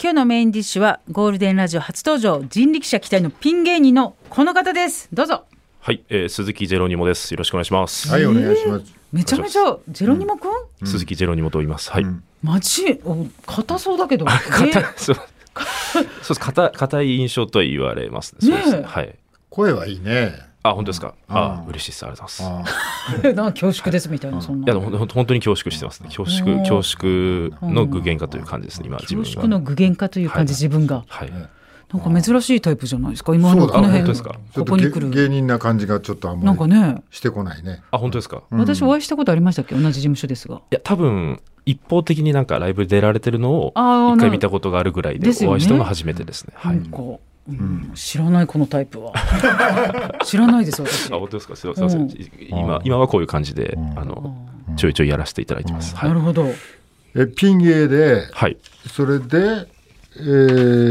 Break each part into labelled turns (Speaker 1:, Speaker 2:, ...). Speaker 1: 今日のメインディッシュはゴールデンラジオ初登場人力車期待のピン芸人のこの方ですどうぞ
Speaker 2: はい、えー、鈴木ジェロニモです。よろしくお願いします。
Speaker 3: はい、お願いします。
Speaker 1: めちゃめちゃジェロニモ君、
Speaker 2: 鈴木ジェロニモと言います。はい。
Speaker 1: マジお硬そうだけど、え
Speaker 2: 硬い、 そう。そうです。硬い、硬い印象とは言われますね。そうですね。
Speaker 1: ねえ
Speaker 2: はい。
Speaker 3: 声はいいね。
Speaker 2: あ、本当ですか。
Speaker 3: うん
Speaker 2: あ
Speaker 3: う、ん
Speaker 2: 嬉しいです。ありがとうございます。
Speaker 3: あ
Speaker 1: ー なんか恐縮ですみたいな、そん
Speaker 2: いや、
Speaker 1: な
Speaker 2: でも、ほん本当に恐縮してますね。恐
Speaker 1: うん
Speaker 2: 縮、恐縮の具現化という感じですね。今、自
Speaker 1: 恐
Speaker 2: 分
Speaker 1: 縮の
Speaker 2: が。
Speaker 1: 具現化という感じ、自分が
Speaker 2: はい。
Speaker 3: ね
Speaker 1: なんか珍しいタイプじゃないですか今の
Speaker 3: そうだ
Speaker 1: この
Speaker 2: あ本当
Speaker 1: 辺
Speaker 2: ですか
Speaker 3: ちょ
Speaker 1: ここと
Speaker 3: っ
Speaker 1: に
Speaker 3: げ
Speaker 1: 来る
Speaker 3: 芸人な感じがちょっとあん
Speaker 1: なんか
Speaker 3: まり
Speaker 1: ね、
Speaker 3: してこないね。
Speaker 2: あ、本当ですか。い
Speaker 1: 私お会いしたことありましたっけ同じ事務所ですが
Speaker 2: や、多分、一方的になんかライブ出られてるのを。
Speaker 1: あー
Speaker 2: 一回見たことがあるぐらいで、
Speaker 1: ですよ
Speaker 2: お
Speaker 1: ね
Speaker 2: 会いしたのが初めてですね。は
Speaker 1: ないん。か、うん知らないこのタイプ は知らないです私
Speaker 2: あ、本当ですか。すいませ
Speaker 1: うん
Speaker 2: ん。い今、今はこういう感じで、あの、ちょいちょいやらせていただいてます。はい
Speaker 1: なる。ほど
Speaker 3: え、ピン芸で、
Speaker 2: はい。
Speaker 3: それで、え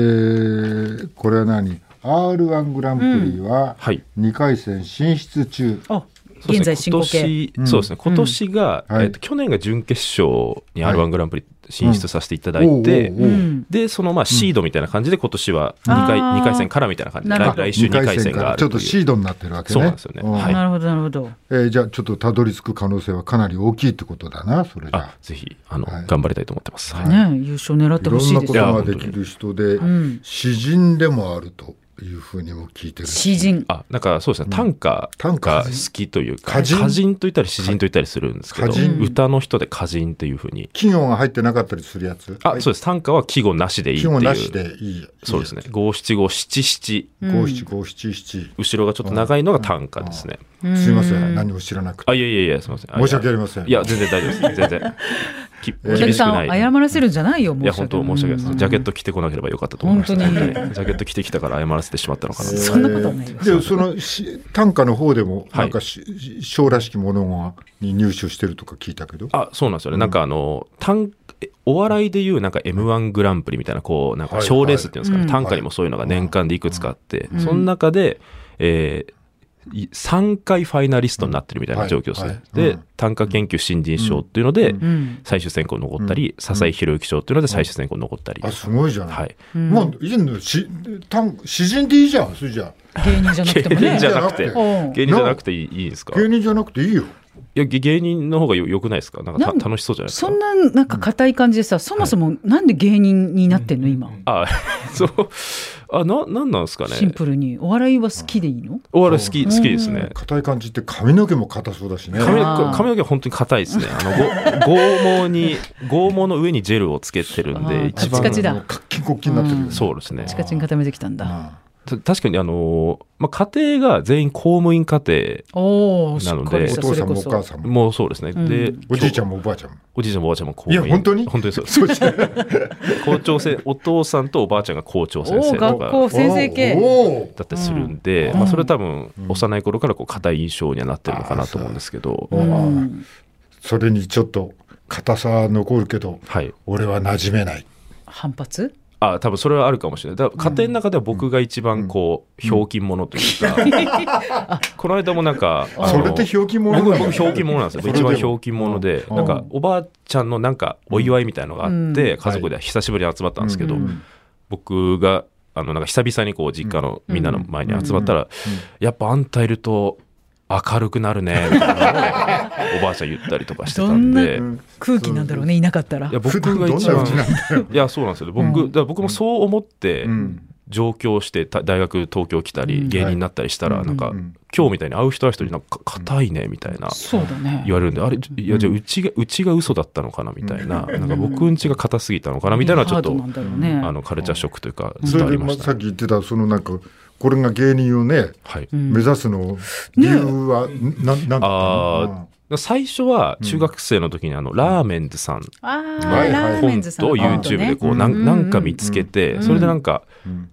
Speaker 3: ーこれは何 ?R1 グランプリは
Speaker 2: はい。
Speaker 3: 2回戦進出中。
Speaker 1: あ
Speaker 2: そうですね
Speaker 1: 現在進行形
Speaker 2: 今年、そうですね今年が、
Speaker 3: はい
Speaker 2: えっと去年が準決勝に
Speaker 3: はい
Speaker 2: r 1グランプリ進出させていただいて、
Speaker 3: おうおうおう
Speaker 1: うん
Speaker 2: でそのまあシードみたいな感じで今年は2回,、
Speaker 1: あー
Speaker 2: 二回戦からみたいな感じで
Speaker 1: なる
Speaker 2: 来
Speaker 1: ほど
Speaker 2: 来週2回戦
Speaker 3: か
Speaker 2: があ
Speaker 3: らちょ
Speaker 2: る
Speaker 3: っ
Speaker 2: と
Speaker 3: と
Speaker 2: い
Speaker 3: シ
Speaker 2: う
Speaker 3: ードになってるわけね。
Speaker 2: そうなんですよねはい
Speaker 1: なるほどなるほど
Speaker 3: えーじゃあちょっとたどり着く可能性はかなり大きいってことだな、それじゃ
Speaker 2: あ
Speaker 3: あ。
Speaker 2: ぜひあの、
Speaker 3: はい
Speaker 2: 頑張りたいと思ってます、はい
Speaker 1: ね優勝狙っ
Speaker 3: い
Speaker 1: て
Speaker 3: ろ
Speaker 1: ほし
Speaker 3: ん
Speaker 1: い
Speaker 3: な
Speaker 1: で
Speaker 3: こ
Speaker 1: す
Speaker 3: と
Speaker 1: よ
Speaker 3: ができる人で
Speaker 1: ん、
Speaker 3: 詩人でもあるというふうにも聞いてる。
Speaker 1: 詩人
Speaker 2: あなんかそうですね短歌
Speaker 3: 短歌
Speaker 2: が好きというか
Speaker 3: 歌人
Speaker 2: 歌人と言ったり詩人と言ったりするんですけど
Speaker 3: 歌人
Speaker 2: 歌の人で歌人というふうに
Speaker 3: 企業が入ってなかったりするやつ。
Speaker 2: あそうです短歌は季語なしでいいって
Speaker 3: 季語なし
Speaker 2: いう
Speaker 3: でいい。
Speaker 2: そうですね五七五七七
Speaker 3: 五七五七七。
Speaker 2: 後ろがちょっと長いのが短歌ですね、
Speaker 3: すいません、何も知らなくて。
Speaker 2: あ、いやいやいや、すみません。
Speaker 3: 申し訳ありません
Speaker 2: いや、全然大丈夫です。全然。 き
Speaker 1: お客
Speaker 2: 厳しく
Speaker 1: さん
Speaker 2: な
Speaker 1: を
Speaker 2: い。
Speaker 1: 謝らせるんじゃないよ
Speaker 2: いや、本当申し訳ないです。ジャケット着てこなければよかったと思いました。
Speaker 1: 本
Speaker 2: 本
Speaker 1: 当
Speaker 2: 当
Speaker 1: に
Speaker 2: に。ジャケット着てきたから謝らせてしまったのかな。
Speaker 1: えそんなことはないよ
Speaker 3: えーで、そのし短歌の方でも、
Speaker 2: はい
Speaker 3: なんかし賞らしきものに入賞してるとか聞いたけど。
Speaker 2: あ、そうなんですよね。なんかあの、単えお笑いでいうなんか M1 グランプリみたいな、こう、なんか
Speaker 3: はい
Speaker 2: 賞レースっていうんですか
Speaker 1: う
Speaker 2: ね。
Speaker 1: ん
Speaker 2: 単価にもそういうのが年間でいくつかあって、その中で、えーい3回ファイナリストになってるみたいな状況ですね。
Speaker 3: はいはいうん
Speaker 2: で、単価研究新人賞っていうので、
Speaker 1: ん
Speaker 2: 最終選考残ったり、笹井宏之賞っていうので最終選考残ったり。
Speaker 3: あ、すごいじゃない。
Speaker 2: はい。
Speaker 3: もう、以前のし短詩人でいいじゃん、それじゃあ。
Speaker 1: 芸人じゃなくても
Speaker 2: 芸人
Speaker 1: ね
Speaker 2: じゃなくて
Speaker 1: うん
Speaker 2: 芸人じゃなくていいいいんですか
Speaker 3: 芸
Speaker 2: い
Speaker 3: 人じゃなくていいよ。
Speaker 2: やげ芸人の方がよよくないですかなんかた
Speaker 1: なん
Speaker 2: 楽しそうじゃないです
Speaker 1: そ
Speaker 2: か
Speaker 1: んななんか硬い感じでさそもそもなんで芸人になってんの今
Speaker 2: あ そうあななんなんですか
Speaker 1: シン
Speaker 2: ね
Speaker 1: プルにお笑いは好きでいいの
Speaker 2: お笑い好き好きですね
Speaker 3: 硬い感じって髪の毛も硬そうだしね。
Speaker 2: 髪
Speaker 1: あー
Speaker 2: の髪の毛本当に硬いですねあのご 剛毛に剛毛の上にジェルをつけてるん
Speaker 1: あ
Speaker 2: で
Speaker 1: ー
Speaker 2: 一
Speaker 1: カ
Speaker 2: 番
Speaker 1: チカチだ
Speaker 3: カッキンコッキンになってるよね。
Speaker 2: そうですね
Speaker 1: チカチン固めてきたんだ
Speaker 3: あ
Speaker 2: た確かにあのー、まあ、家庭が全員公務員家庭
Speaker 1: おおしっかり
Speaker 3: お
Speaker 1: した
Speaker 3: 父
Speaker 1: それ
Speaker 3: さん
Speaker 1: こ
Speaker 3: もお
Speaker 1: そ
Speaker 3: 母さんも。
Speaker 2: もうそうですね、で
Speaker 3: おじいちゃん
Speaker 2: も
Speaker 3: もおばあちゃんも。
Speaker 2: おじいちゃんもおばあちゃんも公
Speaker 3: いや
Speaker 2: 務員
Speaker 3: 本当に
Speaker 2: 本当にそうです
Speaker 3: そして
Speaker 2: 校長先お父さんとおばあちゃんが校長先生と
Speaker 1: お
Speaker 2: か
Speaker 1: ー学校先生系
Speaker 3: おー
Speaker 2: だったりするんで、まあ、それは多分幼い頃からこう硬い印象にはなってるのかなと思うんですけど、
Speaker 1: うん
Speaker 3: それにちょっと硬さは残るけど、
Speaker 2: はい、
Speaker 3: 俺は馴染めない。
Speaker 1: 反発
Speaker 2: あ多分それはあるかもしれないだから家庭の中では僕が一番こう、ひょうきん者というか、 この間もなんかあの
Speaker 3: それってひょうきん者
Speaker 2: 僕
Speaker 3: なの
Speaker 2: 僕ひょうきん者なんですよ
Speaker 3: それで
Speaker 2: 一
Speaker 3: も
Speaker 2: 番ひょうきん者で、
Speaker 3: うん
Speaker 2: なんかおばあちゃんのなんかお祝いみたいのがあって、
Speaker 1: う
Speaker 2: 家族で久しぶりに集まったんですけど、
Speaker 1: うん
Speaker 2: 僕があのなんか久々にこう実家のみんなの前に集まったら、やっぱあんたいると明るくなるねみたいなのをおばあちゃん言ったりとかしてたんで
Speaker 1: どん空気なんだろうねいなかったら
Speaker 2: いや
Speaker 3: 普
Speaker 2: 僕
Speaker 3: 段
Speaker 2: が
Speaker 3: どん
Speaker 2: 一
Speaker 3: なう
Speaker 2: 番
Speaker 3: ちなんだよ。
Speaker 2: いやそうなんですよ僕,、だから僕もそう思って
Speaker 3: うん
Speaker 2: 上京してた大学東京来たり、芸人になったりしたら、なんか、
Speaker 3: ん
Speaker 2: 今日みたいに会う人会う人になんか硬いねみたいな。
Speaker 1: そうだね
Speaker 2: 言われるんであれいやじゃあうちがうちが嘘だったのかなみたいな,、なんか僕んちが硬すぎたのかなみたいなのはちょっ
Speaker 1: ハ
Speaker 2: と
Speaker 1: ードなんだろうね
Speaker 2: あのカルチャーショックというか
Speaker 3: そ
Speaker 2: ずっと
Speaker 3: れ
Speaker 2: あ
Speaker 3: で
Speaker 2: り
Speaker 3: ま
Speaker 2: ま
Speaker 3: あ
Speaker 2: した、
Speaker 3: さっき言ってたそのなんかこれが芸人をね
Speaker 2: はい、
Speaker 3: 目指すの理由はななんだった
Speaker 2: あ
Speaker 3: の？
Speaker 2: ー最初は中学生の時にあの、ラーメンズさんの
Speaker 1: あー
Speaker 3: はいはい
Speaker 1: ラーメ
Speaker 2: コ
Speaker 1: ン
Speaker 2: ン
Speaker 1: ズさん
Speaker 2: トを YouTube でこうなんなんか見つけてそれでなんか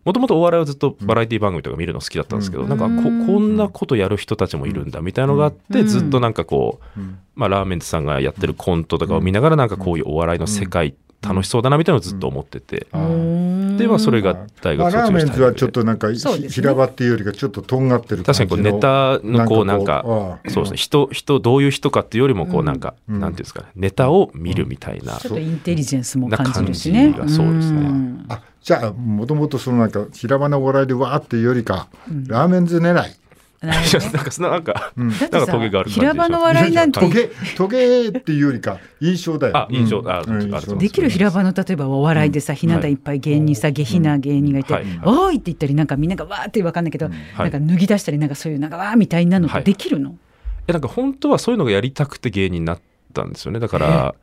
Speaker 2: もともとお笑いをずっとバラエティ番組とか見るの好きだったんですけどなんかここんなことやる人たちもいるんだみたいなのがあってずっとなんかこうまあラーメンズさんがやってるコントとかを見ながらなんかこういうお笑いの世界楽しそうだなみたいなのをずっと思っててでまあそれが大
Speaker 3: まあ
Speaker 2: 学
Speaker 3: ラー
Speaker 2: 卒業
Speaker 3: メ
Speaker 2: し
Speaker 3: ン
Speaker 2: た
Speaker 3: ズはちょっとなんか
Speaker 1: そうですね
Speaker 3: 平場っていうよりかちょっととんがってる感
Speaker 2: 確
Speaker 3: じ
Speaker 2: か
Speaker 3: の
Speaker 2: にこうネタのこうなんか
Speaker 3: あー
Speaker 2: そうですね人人どういう人かっていうよりもこうなんかなんていうんですかねネタを見るみたいな
Speaker 1: ちょっとインテリジェンスも
Speaker 2: な
Speaker 1: 感じ
Speaker 2: 感
Speaker 1: るし
Speaker 2: じ
Speaker 1: ね
Speaker 2: がそうですね
Speaker 1: ん
Speaker 3: あじゃあもともとそのなんか平場のお笑いでわーっていうよりか、ラーメンズ狙い。
Speaker 4: なるほ
Speaker 2: い
Speaker 4: ど
Speaker 2: やなんかそのなんか、
Speaker 3: ん
Speaker 2: なんかトゲがある感じ
Speaker 4: 平場の笑いなんて
Speaker 3: トゲトゲっていうよりか印象だよ。
Speaker 2: あ印象
Speaker 3: うん
Speaker 2: ああ
Speaker 3: うん
Speaker 2: ると思います
Speaker 4: できる平場の例えばお笑いでさ、ひな壇いっぱい芸人さ、下品な芸人がいて、
Speaker 2: はいはい
Speaker 4: おーいって言ったり、なんかみんながわーってわかんないけど、なんか脱ぎ出したり、なんかそういう、なんかわーみたいなのができるの、
Speaker 2: えなんか本当はそういうのがやりたくて芸人になったんですよねだから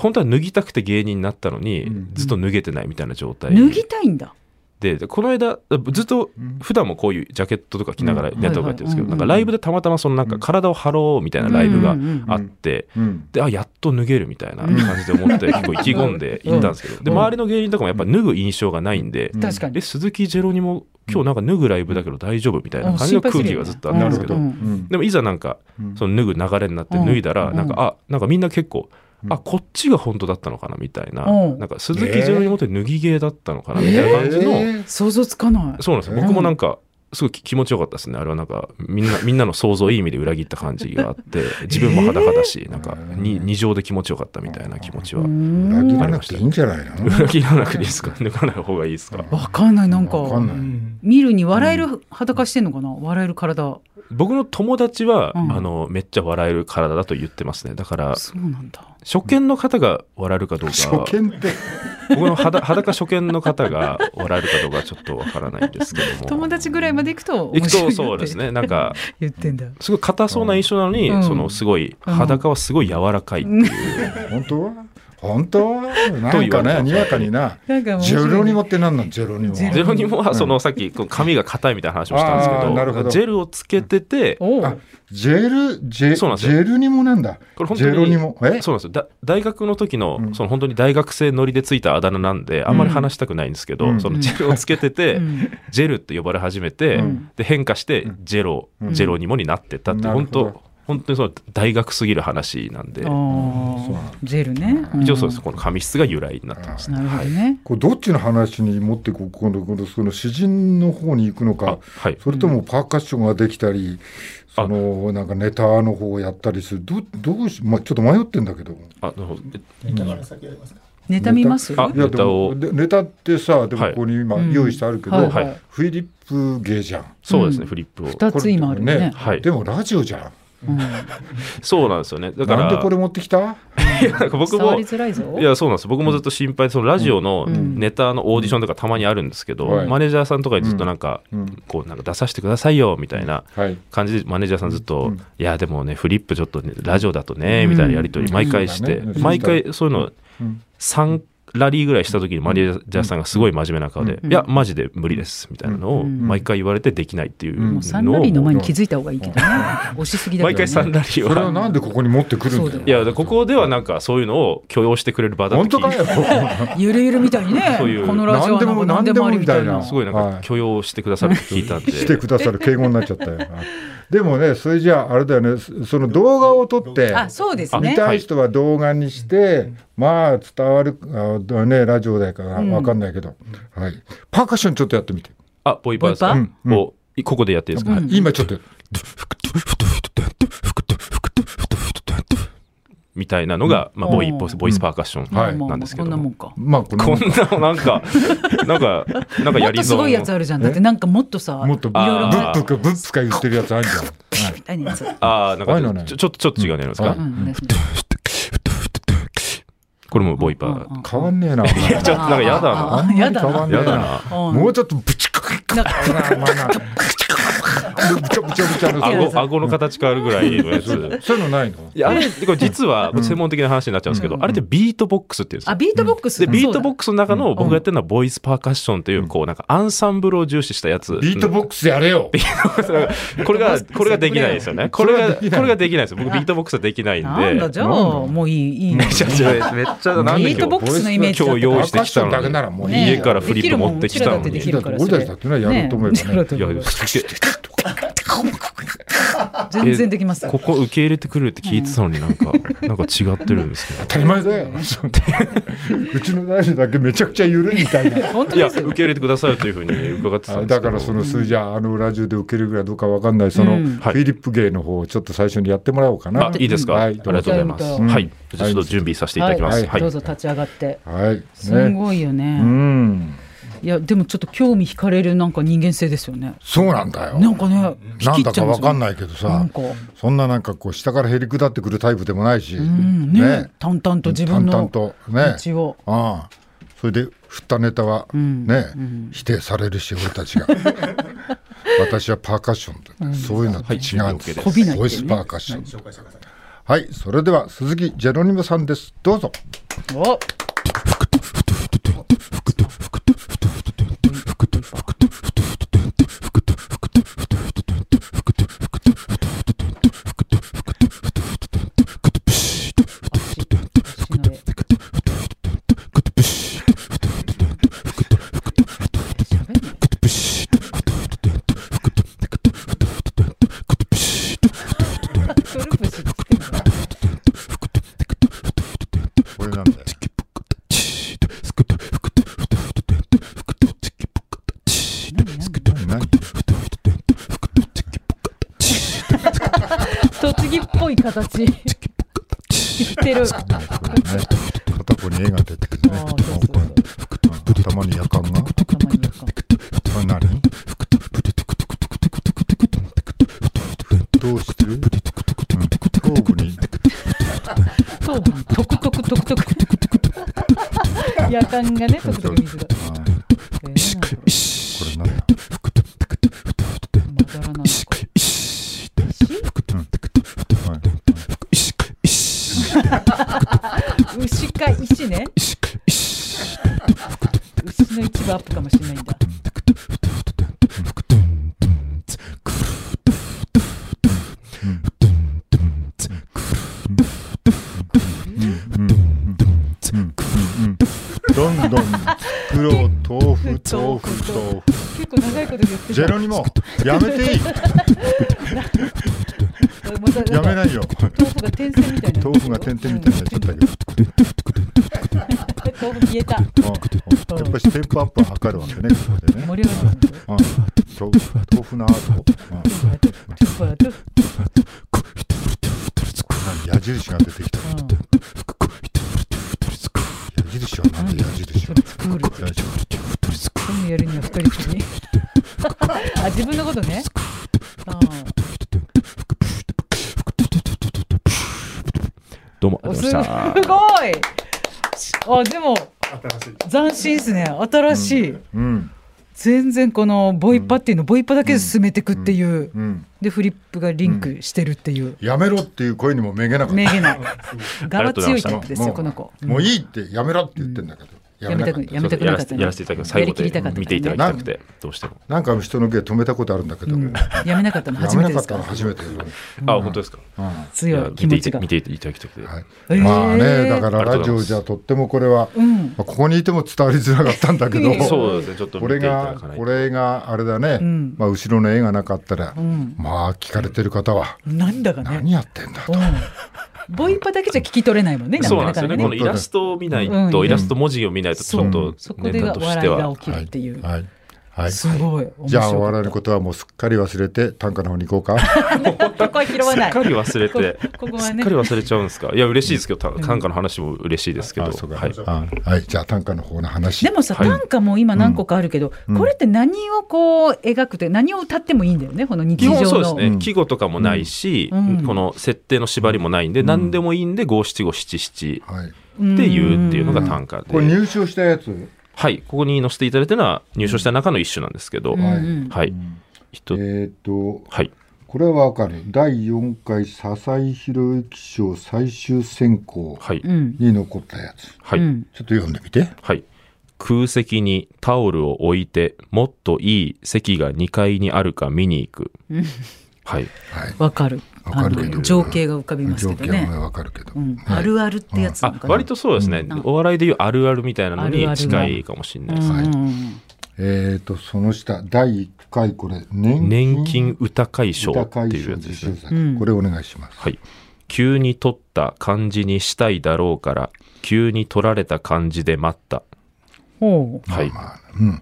Speaker 2: 本当は脱ぎたくて芸人になったのに、
Speaker 3: うん
Speaker 2: ずっと脱げてないみたいな状態
Speaker 4: 脱ぎたいんだ。
Speaker 2: ででこの間ずっと
Speaker 3: うん
Speaker 2: 普段もこういうジャケットとか着ながら
Speaker 3: う
Speaker 2: ネ
Speaker 3: ん
Speaker 2: タとかやってるんですけど、
Speaker 4: はいはい
Speaker 2: なんかライブでたまたまそのなんか体を張ろうみたいなライブがあって、
Speaker 3: うん
Speaker 2: であやっと脱げるみたいな感じで思って結構意気込んで行ったんですけど、で
Speaker 3: うん
Speaker 2: 周りの芸人とかもやっぱ脱ぐ印象がないんで、
Speaker 3: うん
Speaker 4: 確かに
Speaker 2: え。鈴木ジェロにも今日なんか脱ぐライブだけど大丈夫みたいな感じの空気がずっとあった
Speaker 3: なん
Speaker 2: です
Speaker 3: るほ
Speaker 2: け
Speaker 3: ど。
Speaker 2: ど、
Speaker 4: うん
Speaker 2: でもいざなんか
Speaker 3: うん
Speaker 2: その脱ぐ流れになって脱いだら
Speaker 4: うん
Speaker 2: なんか、あなんかみんな結構、
Speaker 3: うん
Speaker 2: あこっちが本当だったのかなみたいな、
Speaker 4: うん
Speaker 2: なんか鈴木ジェロにもって脱ぎ芸だったのかなみたいな感じの、
Speaker 3: えー
Speaker 4: 想像つかない。
Speaker 2: そうなんですよ
Speaker 3: うん
Speaker 2: 僕もなんかすごい気持ちよかったですねあれはなんかみんなみんなの想像をいい意味で裏切った感じがあって 自分も裸だしなんかに二乗で気持ちよかったみたいな気持ちは
Speaker 4: うー
Speaker 3: 裏切
Speaker 4: ん
Speaker 3: らなくていいんじゃないの？
Speaker 2: 裏切らなくていいですか 抜かない方がいいですか
Speaker 4: わかんない、なんか。
Speaker 3: わかんない
Speaker 4: 見るに笑える裸してんのかな、笑える体。
Speaker 2: 僕の友達は、
Speaker 4: うん
Speaker 2: あのめっちゃ笑える体だと言ってますねだから
Speaker 4: そうなんだ。
Speaker 2: 初見の方が笑えるかどう
Speaker 3: 初
Speaker 2: か
Speaker 3: 見って
Speaker 2: 僕の裸裸初見の方が笑えるかどうかはちょっとわからないんですけども
Speaker 4: 友達ぐらいまで行くと
Speaker 2: 行
Speaker 4: 面
Speaker 2: く
Speaker 4: 白い
Speaker 2: と
Speaker 4: って
Speaker 2: そうですねなんか
Speaker 4: 言ってんだ。
Speaker 2: すごい硬そうな印象なのに、
Speaker 4: うん
Speaker 2: そのすごい
Speaker 4: うん
Speaker 2: 裸はすごい柔らかいっていう、
Speaker 3: 本当は本当はなん
Speaker 2: と言われて
Speaker 3: かね
Speaker 2: ます
Speaker 3: にわかにな。
Speaker 4: なんか面
Speaker 3: ジ
Speaker 4: 白い
Speaker 3: ェロニモって何なんジェロニモ。
Speaker 4: ジェロ
Speaker 2: ゼロニモは
Speaker 3: うん
Speaker 2: そのさっきこう髪が硬いみたいな話をしたんですけ
Speaker 3: あ
Speaker 2: ど,、
Speaker 3: ーなるほど
Speaker 2: ジェルをつけてて
Speaker 4: おう
Speaker 3: あジェルジェ
Speaker 2: そうなんです
Speaker 3: ジ
Speaker 2: よ
Speaker 3: ェルニモなんだ。
Speaker 2: これ本
Speaker 3: ジ
Speaker 2: 当
Speaker 3: ェロニ
Speaker 2: に
Speaker 3: モえ
Speaker 2: そうなんですよだ大学の時の,、
Speaker 3: うん
Speaker 2: その本当に大学生乗りでついたあだ名なんであんまり話したくないんですけど、
Speaker 3: うん
Speaker 2: そのジェルをつけてて、
Speaker 4: うん
Speaker 2: ジェルって呼ばれ始めて、
Speaker 4: うん
Speaker 2: で変化してジェロ、
Speaker 3: うん
Speaker 2: ジェロニモになってったって、
Speaker 3: なるほ
Speaker 2: 本
Speaker 3: ど
Speaker 2: 当本当にその大学すぎる話なん
Speaker 4: あ
Speaker 2: で、
Speaker 3: そうなん
Speaker 4: ー
Speaker 3: だ
Speaker 4: ジェルね。
Speaker 2: 一応そうです
Speaker 4: ん
Speaker 2: この髪質が由来になってます、
Speaker 4: なるほどね。
Speaker 3: これどっちの話に持ってこうこのこのその詩人の方に行くの
Speaker 2: あ
Speaker 3: か。
Speaker 2: はい
Speaker 3: それともパーカッションができたり、
Speaker 2: あ
Speaker 3: そのなんかネタの方をやったりする、どどうし、まあ、ちょっと迷ってんだけど。
Speaker 2: あなるほどえ
Speaker 4: 妬みます。
Speaker 2: あ
Speaker 3: いやで
Speaker 2: ネタを
Speaker 3: もでネタってさ、でも
Speaker 2: はい
Speaker 3: ここに今
Speaker 4: うん
Speaker 3: 用意してあるけど、
Speaker 4: はい
Speaker 2: はい
Speaker 3: フィリップ芸じゃん。
Speaker 2: そうですね、
Speaker 4: うん
Speaker 2: フリップを
Speaker 4: 二つ今あるよね。
Speaker 2: はい
Speaker 3: でもラジオじゃん。
Speaker 4: うん
Speaker 2: そうなんですよねだから
Speaker 3: なんでこれ持ってきた？
Speaker 2: いや なんか僕
Speaker 4: 伝わ
Speaker 2: も
Speaker 4: りづらいぞ。
Speaker 2: いやそうなんです僕もずっと心配でそのラジオの
Speaker 4: うん
Speaker 2: ネタのオーディションとかたまにあるんですけど、
Speaker 3: はい
Speaker 2: マネージャーさんとかにずっとなんか、
Speaker 3: うん
Speaker 2: こうなんか出させてくださいよみたいな
Speaker 3: はい。
Speaker 2: 感じでマネージャーさんずっと「
Speaker 3: うん
Speaker 2: いやでもねフリップちょっとね、ラジオだとね」
Speaker 4: うん
Speaker 2: みたいなやり取り毎回して、
Speaker 3: うん
Speaker 2: 毎回そういうの
Speaker 3: うん
Speaker 2: 3ラリーぐらいした時にマネージャーさんがすごい真面目な顔で「
Speaker 4: うん
Speaker 2: いやマジで無理です」みたいなのを
Speaker 4: うん
Speaker 2: 毎回言われてできないっていう
Speaker 4: も
Speaker 2: の
Speaker 4: う
Speaker 2: を
Speaker 4: サンラリーの前に気づいた方がいいけどね。押しすぎだ
Speaker 2: 毎
Speaker 4: けど
Speaker 2: 回
Speaker 4: ね
Speaker 2: 3ラリー
Speaker 3: それは
Speaker 2: は。
Speaker 3: なんでここに持ってくるんだ
Speaker 4: そう
Speaker 3: よ。
Speaker 2: いやここではなんかそういうのを許容してくれる場だと聞
Speaker 3: 本
Speaker 2: いて
Speaker 3: 当かよ。
Speaker 4: ゆるゆるみたいにね。
Speaker 2: そういう
Speaker 4: このラジオはなんか何でもありみたいな。
Speaker 3: 何
Speaker 2: すごいなんか
Speaker 3: はい
Speaker 2: 許容してくださるって聞いたんで、
Speaker 3: してくださる敬語になっちゃったよ。あでもね、それじゃああれだよね、そその動画を撮って。
Speaker 4: あ、そうです
Speaker 3: 見
Speaker 4: ね。
Speaker 3: たい人は動画にして、まあ伝わるあだねラジオだから
Speaker 4: うん
Speaker 3: わかんないけど、はいパーカッションちょっとやってみて、
Speaker 2: あ、ボイパーです
Speaker 4: ボ
Speaker 2: か
Speaker 4: イ
Speaker 3: パー
Speaker 2: もうここでやっていいですか、はい
Speaker 3: 今ちょっと
Speaker 2: みたいなのが、まあ、ボイ
Speaker 4: うん
Speaker 2: ボイスボイスパーカッション。
Speaker 3: はい
Speaker 4: まあまあ
Speaker 2: なんですけど
Speaker 4: こんなもんか。
Speaker 3: まあこの
Speaker 2: こんな、なん か、なんか、なんか
Speaker 4: も
Speaker 2: や
Speaker 4: っ
Speaker 2: り
Speaker 4: と
Speaker 2: そ
Speaker 4: す
Speaker 2: う。
Speaker 4: ごいやつあるじゃん。だってなんかもっとさ、
Speaker 3: もっと
Speaker 4: い
Speaker 3: ブ
Speaker 4: ろいろね
Speaker 2: あ
Speaker 3: ップかブップか言ってるやつあるじゃん、はい
Speaker 4: みたいなやつ。
Speaker 2: あー
Speaker 3: ああいう
Speaker 2: な
Speaker 3: の
Speaker 2: んか
Speaker 3: ね
Speaker 2: ちょ、ちょっと、ちょっと違うのやるんですか、
Speaker 3: う
Speaker 4: うん
Speaker 2: これもボイ パー。
Speaker 3: 変わんねえな
Speaker 2: やちょっとなんかやだな
Speaker 4: あ
Speaker 3: あ
Speaker 4: ー
Speaker 3: んま
Speaker 4: や
Speaker 3: り
Speaker 4: だ
Speaker 3: 変わ
Speaker 4: な。
Speaker 3: んね
Speaker 2: や
Speaker 3: え
Speaker 2: だ
Speaker 3: な
Speaker 2: な。
Speaker 4: うん
Speaker 3: もうちょっとブチクッカ
Speaker 4: なんか
Speaker 3: なまあなブチャブチャブチャの
Speaker 4: やだ
Speaker 2: 顎、顎の形変わるぐらいのやつ。
Speaker 3: そういうのないの
Speaker 2: いや、あれ、これ実は、専門的な話になっちゃうんですけど、あれってビートボックスっていうんです
Speaker 4: あ、
Speaker 2: よ。
Speaker 4: ビートボックス。
Speaker 2: で、ビートボッ
Speaker 4: ク
Speaker 2: クスの中の僕がやってるのはボイスパーカッションという、こう、なんかアンサンブルを重視したやつ。
Speaker 3: ビートボックスやれよ
Speaker 2: これが、これができないですよね。これが、これができないです。僕ビートボックスはできないんで。
Speaker 4: なんだじゃあ
Speaker 3: なんだ
Speaker 4: もういいいいね。
Speaker 2: ちゃちゃめっちゃなんで
Speaker 4: ビートボ
Speaker 2: 今
Speaker 4: ックスのイメージだった
Speaker 2: 今日用
Speaker 3: パ
Speaker 2: 意
Speaker 3: ーカッションだけならもういい
Speaker 4: ね
Speaker 2: 家からフリップ持ってきたのに
Speaker 4: できるもんうちらだってできるからそれ
Speaker 3: 俺たちだってねやろうと思えばね
Speaker 2: 日いやすげ
Speaker 4: 全然できます
Speaker 2: え。ここ受け入れてくるって聞いてたのになんかなんか違ってるんですけ ど
Speaker 3: 当たり前だようちの大臣だけめちゃくちゃ緩いみ たいな
Speaker 4: 本当
Speaker 2: いや
Speaker 4: です
Speaker 2: 受
Speaker 4: よ。
Speaker 2: け入れてくださいというふうに伺ってたんですけ
Speaker 3: あ
Speaker 2: ど
Speaker 3: だからその数字はあのラジオで受けるぐらいどうかわかんないその、
Speaker 4: うん
Speaker 3: フィリップ芸の方をちょっと最初にやってもらおうかな。
Speaker 2: あいいですか、
Speaker 3: はい、
Speaker 2: ありがとうございます、
Speaker 4: うん
Speaker 2: はいじゃあちょっと準備させていただきます、
Speaker 4: は
Speaker 2: はい
Speaker 4: いどうぞ立ち上がって。
Speaker 3: はい、
Speaker 4: す
Speaker 3: ね。
Speaker 4: ごいよ
Speaker 3: う
Speaker 4: ね。
Speaker 3: ん。
Speaker 1: いやでもちょっと興味惹かれるなんか人間性ですよね。
Speaker 3: そうなんだよ。
Speaker 1: なんかね、
Speaker 3: なんだかわかん
Speaker 1: い。
Speaker 3: ないけど
Speaker 1: な
Speaker 3: さ
Speaker 1: ん、か、う
Speaker 3: そんななんかこう下からへり下ってくるタイプでもないし、
Speaker 1: ん、ね淡々と自分の
Speaker 3: 淡々とね
Speaker 1: 道を。
Speaker 3: ああそれで振ったネタは
Speaker 1: ん
Speaker 3: ね、否定されるし俺た ちが私はパーカッションと、そういうのと違うんです、
Speaker 2: はい
Speaker 1: 媚びないってね
Speaker 3: ボイスパーカッションはい、それでは鈴木ジェロニモさんですどうぞ
Speaker 1: お
Speaker 3: これなんだよ何何
Speaker 1: 栃木っぽい形。言ってる。
Speaker 3: ね片方に絵が出てくる
Speaker 1: あ
Speaker 3: ね
Speaker 1: ーそうそうそう
Speaker 3: 頭にやかんがこ
Speaker 1: 頭になんか
Speaker 3: れ何どうしてる、うん、頭部に
Speaker 1: 頭部にトクトクトクトク。夜間がね、トクトク水が。
Speaker 3: あー
Speaker 1: えーなんだろう
Speaker 3: これなんだ
Speaker 1: まだらない
Speaker 3: はい
Speaker 1: 牛か石ね。牛の一部アップかもしれないんだ。
Speaker 3: どんどん黒豆腐豆腐豆腐
Speaker 1: 結構長いこと言ってる。
Speaker 3: ジェロニモやめていい
Speaker 1: またなんか
Speaker 3: やめないよ
Speaker 1: 豆腐が点線みたいな。
Speaker 3: 豆腐が点々みたいになっちゃったけど
Speaker 1: 豆腐消えた。
Speaker 3: ああやっぱりステップアップは測るわけねここでね
Speaker 1: 盛り上がって
Speaker 3: ああ豆腐豆腐のアートあ
Speaker 1: る。
Speaker 3: あ矢印が出てきた矢印はなんで矢印は
Speaker 1: クール。
Speaker 3: 矢印
Speaker 1: 今度やるには太りすぎ。 あ、自分のことね。あ
Speaker 2: どうもあ
Speaker 1: ーお
Speaker 2: り
Speaker 1: すご
Speaker 2: がと
Speaker 1: いうす
Speaker 2: ご
Speaker 1: ごい。あ、
Speaker 2: ざいました。
Speaker 1: でも斬新ですね。新しい。
Speaker 3: うん
Speaker 1: 全然このボイパっていうのボイパだけで進めてくっていう。
Speaker 3: うん
Speaker 1: でフリップがリンクしてるっていう。
Speaker 3: やめろっていう声にもめげなかった
Speaker 1: 名言な。 柄強いタイプです
Speaker 3: も
Speaker 1: よ
Speaker 3: う
Speaker 1: この子。
Speaker 3: もういいってやめろって言ってんだけど、
Speaker 1: やめたく
Speaker 3: なかっ
Speaker 1: やめたくな
Speaker 2: や
Speaker 1: からっ
Speaker 2: せ
Speaker 1: た
Speaker 2: て
Speaker 1: ね。
Speaker 2: やらせていただきます。最
Speaker 1: やり
Speaker 2: 後
Speaker 1: きりたかっ
Speaker 2: で
Speaker 1: た
Speaker 2: 見ていただき
Speaker 1: ね
Speaker 2: たくて、どうしても。
Speaker 3: なんか人の芸止めたことあるんだけど、や
Speaker 1: やめなかったの初
Speaker 3: め
Speaker 1: め
Speaker 3: な
Speaker 1: て
Speaker 3: か
Speaker 1: ですか
Speaker 3: ったの
Speaker 1: ら。
Speaker 3: 初めてだね、
Speaker 2: あ、本当ですか。い
Speaker 1: 強
Speaker 2: や
Speaker 1: い気持
Speaker 2: 見て
Speaker 1: ち
Speaker 2: いた
Speaker 1: が
Speaker 2: 見。ていただきたくて。
Speaker 3: はい
Speaker 1: えー
Speaker 3: まあねだから
Speaker 2: ありがとう
Speaker 3: ラ
Speaker 2: ござい
Speaker 3: ジオ
Speaker 2: ます
Speaker 3: じゃとってもこれは、
Speaker 1: うん。
Speaker 3: まあここにいても伝わりづらかったんだけ
Speaker 1: いえ
Speaker 3: ど
Speaker 1: いえ
Speaker 2: そうですね、ちょっと
Speaker 3: こ
Speaker 2: 見て
Speaker 3: れ
Speaker 2: いただ
Speaker 3: が
Speaker 2: かない。
Speaker 3: ことれがあれだね、
Speaker 1: うん
Speaker 3: まあ、後ろの絵がなかったら、
Speaker 1: ん
Speaker 3: まあ聞かれてる方は
Speaker 1: なんだかね。
Speaker 3: 何やってんだと、
Speaker 1: うん。ボイパだけじゃ聞き取れないもんね。
Speaker 2: そうなん
Speaker 1: か
Speaker 2: ですよ
Speaker 1: か
Speaker 2: ね。このイラストを見ない
Speaker 1: うんうん
Speaker 2: と、イラスト文字を見ないと、ちょっと
Speaker 1: そこ
Speaker 2: ネ
Speaker 1: で
Speaker 2: タ
Speaker 1: は
Speaker 2: とし
Speaker 1: 笑
Speaker 2: て
Speaker 1: いが
Speaker 2: は。
Speaker 1: 起きるっていう。
Speaker 3: はいはい、
Speaker 1: すごい。
Speaker 3: じゃあ終わら
Speaker 1: る
Speaker 3: のことはもうすっかり忘れて短歌の方に行こうか。
Speaker 1: こ こは拾わ
Speaker 2: す
Speaker 1: ない。
Speaker 2: っかり忘れて
Speaker 1: こ、ここは
Speaker 2: すっ
Speaker 1: ね
Speaker 2: かり忘れちゃうんですか。いや、嬉しいですけど、た短歌の話も嬉しいですけど。
Speaker 3: あそうか
Speaker 2: はい。
Speaker 3: あはい、じゃあ短歌の方の話。
Speaker 1: でもさ、
Speaker 2: はい
Speaker 1: 短歌も今何個かあるけど、これって何をこう描くって何を歌ってもいいんだよね。この日
Speaker 2: 基
Speaker 1: 常の。
Speaker 2: 本そうです
Speaker 3: うん
Speaker 2: ね。季語とかもないし、
Speaker 1: うん
Speaker 2: この設定の縛りもないんで、何でもいいんで、五七五七七
Speaker 3: はい、
Speaker 2: っていうっていうのが短歌
Speaker 3: これ
Speaker 2: で。
Speaker 3: 入賞したやつ。
Speaker 2: はい。ここに載せていただいたのは、入賞した中の一種なんですけど。
Speaker 1: うん
Speaker 2: は
Speaker 1: うん
Speaker 2: い。一つ
Speaker 3: えっ、と、
Speaker 2: はい。
Speaker 3: これはわかる。第4回笹井宏之賞最終選考
Speaker 2: はい。
Speaker 1: うん。
Speaker 3: に残ったやつ。
Speaker 2: はい。
Speaker 1: うん
Speaker 3: ちょっと読んでみて。
Speaker 2: はい。空席にタオルを置いて、もっといい席が2階にあるか見に行く。 はい。
Speaker 3: はい。
Speaker 1: わかる。
Speaker 3: わかるけど
Speaker 1: あの情景が浮かびます
Speaker 3: 条
Speaker 1: けど
Speaker 3: 件
Speaker 1: ね。
Speaker 3: はわかるけど。
Speaker 1: うん、あるあるってやつな
Speaker 2: あ
Speaker 1: の、かな。
Speaker 2: 割とそうですね。お笑いでいうあるあるみたいなの
Speaker 1: あるあ
Speaker 2: に
Speaker 1: る
Speaker 2: 近いかもしれないです。
Speaker 1: うん
Speaker 3: はい
Speaker 1: うんうん
Speaker 3: えっ、と、その下、第1回これ、年
Speaker 2: 年
Speaker 3: 金
Speaker 2: 金歌会賞
Speaker 3: 歌
Speaker 2: って
Speaker 3: 会
Speaker 2: いう
Speaker 3: 賞
Speaker 2: やつ
Speaker 3: 受
Speaker 2: です
Speaker 3: 賞
Speaker 2: ね。
Speaker 3: 作、
Speaker 1: うん
Speaker 3: これお願いします。
Speaker 2: はい。急に取った感じにしたいだろうから、急に取られた感じで待った。
Speaker 1: ほう。
Speaker 2: はい。
Speaker 3: まあ、うん。うん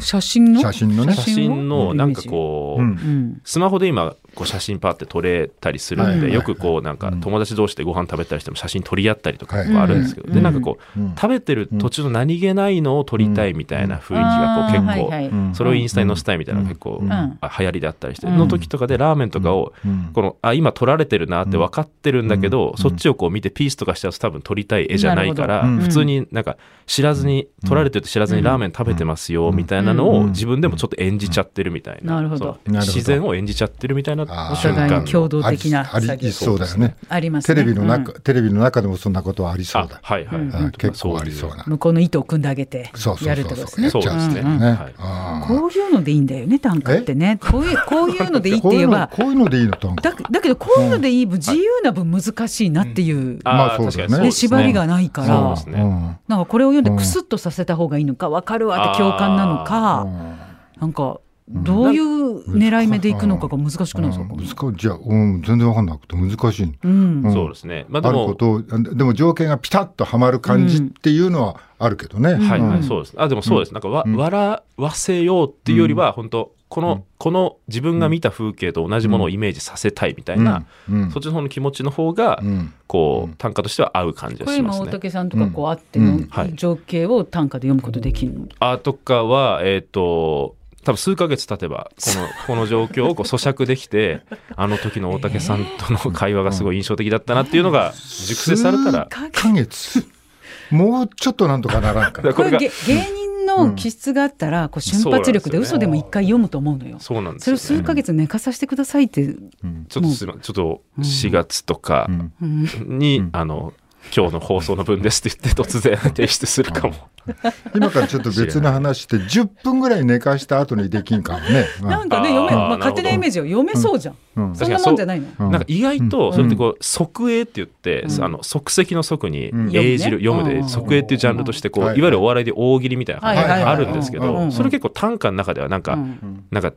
Speaker 1: 写真の
Speaker 3: 写真のね
Speaker 2: 写真
Speaker 1: う
Speaker 2: の
Speaker 1: ん
Speaker 2: なんかこう、
Speaker 3: うん
Speaker 1: うん
Speaker 2: スマホで今こう写真パーって撮れたりするん
Speaker 3: は
Speaker 2: で
Speaker 3: い
Speaker 2: よくこうなん
Speaker 3: う
Speaker 2: か
Speaker 3: ん
Speaker 2: 友達同士でご飯食べたりしても写真撮り合ったりとか
Speaker 3: はい
Speaker 2: こうあるんですけど
Speaker 1: う
Speaker 2: で
Speaker 1: ん
Speaker 2: なんかこう
Speaker 3: うん
Speaker 2: 食べてる途中の何気ないのを撮りたいみたいな雰囲気
Speaker 1: あー
Speaker 2: が
Speaker 1: はい
Speaker 2: こう
Speaker 1: は
Speaker 2: 結
Speaker 1: い
Speaker 3: うん
Speaker 2: 構それをインスタに載せたいみたいなのが結構
Speaker 3: うん
Speaker 2: あ流行りだったりして
Speaker 1: うん
Speaker 2: の時とかでラーメンとかを
Speaker 3: うん
Speaker 2: このあ今撮られてるなって分かってるんだけど、
Speaker 3: うん
Speaker 2: そっちをこう見てピースとかしちゃうと多分撮りたい絵じゃないから、
Speaker 3: なるほどうん
Speaker 2: 普通になんか知らずに、撮られてると知らずにラーメン食べてますよみたいなの
Speaker 3: う
Speaker 2: を
Speaker 3: ん
Speaker 2: 自分でもちょっと演じちゃってるみたいな,
Speaker 1: な
Speaker 2: そう、
Speaker 1: るほど
Speaker 3: なるほど
Speaker 2: 自然を演じちゃってるみたいな
Speaker 3: あー
Speaker 2: 瞬
Speaker 1: お互い
Speaker 2: 間
Speaker 1: に共同的な
Speaker 3: ありありそうだよね
Speaker 1: あります
Speaker 3: テ
Speaker 1: ね
Speaker 3: レビの中、テレビの中でもそんなことはありそう
Speaker 2: あ
Speaker 3: だ、
Speaker 2: はいはい、
Speaker 1: うん
Speaker 3: うん結構ありそうな
Speaker 1: 向こうの糸を組んであげて
Speaker 3: そうそ
Speaker 1: や
Speaker 3: う
Speaker 1: るってこ
Speaker 3: そ
Speaker 1: と
Speaker 3: う
Speaker 1: で
Speaker 3: そ
Speaker 1: す
Speaker 3: う
Speaker 1: ね
Speaker 3: やっちゃうんです
Speaker 1: う
Speaker 3: ね
Speaker 1: んうん
Speaker 2: は
Speaker 3: ね
Speaker 2: い
Speaker 3: あー
Speaker 1: こういうのでいいんだよね短歌ってねこういうこういうのでいいって
Speaker 3: こうい
Speaker 1: 言え
Speaker 3: うの
Speaker 1: ば
Speaker 3: こういうのでいいのと
Speaker 1: だだけどこういうのでいい分自由な分難しいなっていう、
Speaker 2: あー
Speaker 3: まあそうだよ
Speaker 2: 確
Speaker 3: ね
Speaker 2: か
Speaker 1: で
Speaker 2: にそう
Speaker 1: 縛りがないか
Speaker 2: そう
Speaker 1: ら
Speaker 2: ですね
Speaker 1: なんかこれを読んでクスッとさせた方がいいのか分かるわって共感なの
Speaker 3: う
Speaker 1: か
Speaker 3: ん
Speaker 1: なんかどういう狙い目でいくのかが難しくないです
Speaker 3: うん
Speaker 1: か、
Speaker 3: 難しいじゃあ、うん、全然分かんなくて難しいの、
Speaker 1: うん
Speaker 3: うん
Speaker 2: そうですねまあで
Speaker 3: ある
Speaker 2: も
Speaker 3: ことをでも条件がピタッとはまる感じっていうのはあるけどね、
Speaker 2: はいはい、
Speaker 1: うん
Speaker 2: そうです。あ、でもそうです。なんかわ、
Speaker 3: うん
Speaker 2: 笑わせようっていうよりは、本当この、
Speaker 3: うん
Speaker 2: この自分が見た風景と同じものをイメージさせたいみたいな、
Speaker 3: うんうん
Speaker 2: そっちの方の気持ちの方が、
Speaker 3: うん
Speaker 2: こ
Speaker 3: うん
Speaker 2: う、単価としては合う感じが
Speaker 1: これ
Speaker 2: し
Speaker 1: 今
Speaker 2: ます
Speaker 1: 大
Speaker 2: ね。
Speaker 1: 竹さんとかこうあっての
Speaker 3: うん
Speaker 2: はい
Speaker 1: 情景を短歌で読むことできるの、
Speaker 2: あとかは、えっ、と、多分数ヶ月経てばこ のこの状況をこう咀嚼できてあの時の大竹さんとの会話がすごい印象的だったなっていうのが熟成されたら
Speaker 1: 数ヶ
Speaker 3: 1ヶ月もうちょっとなんとかならんか
Speaker 2: だか
Speaker 3: な
Speaker 2: これが
Speaker 1: これげ芸人の気質があったらこう瞬発力で
Speaker 2: そうなんですよね
Speaker 1: 嘘でも一回読むと思うのよ。
Speaker 2: そうなんです
Speaker 1: それ
Speaker 2: よ、
Speaker 1: を
Speaker 2: ね、
Speaker 1: 数ヶ月寝かさせてくださいって、
Speaker 3: うん
Speaker 2: ちょっとすいませんちょっと4月とか、
Speaker 3: うん
Speaker 1: うん
Speaker 2: に、
Speaker 3: うん
Speaker 2: あの今日の放送の分ですって言って突然提出するかも。
Speaker 3: 今からちょっと別の話して10分ぐらい寝かした後にできんかもね、うん
Speaker 1: なんかね
Speaker 2: あー
Speaker 1: 読め、ま
Speaker 2: なるほ
Speaker 1: あ、
Speaker 2: ど
Speaker 1: 勝手なイメージを読めそうじゃん、
Speaker 3: うん
Speaker 1: そんなもんじゃないの
Speaker 3: うん
Speaker 2: なんか意外とそれってこう即映って言って、
Speaker 1: うん
Speaker 2: あの即席の即に
Speaker 3: うん
Speaker 2: 映じる、
Speaker 1: 読むねうん
Speaker 2: 読むで即映っていうジャンルとしてこう、
Speaker 3: はい
Speaker 2: いわゆるお笑いで大喜利みたいな感じ
Speaker 3: はい
Speaker 2: があるんですけ
Speaker 3: はいはいはい
Speaker 2: どそれ結構短歌の中ではなんか、
Speaker 1: うん
Speaker 3: うん
Speaker 2: なんか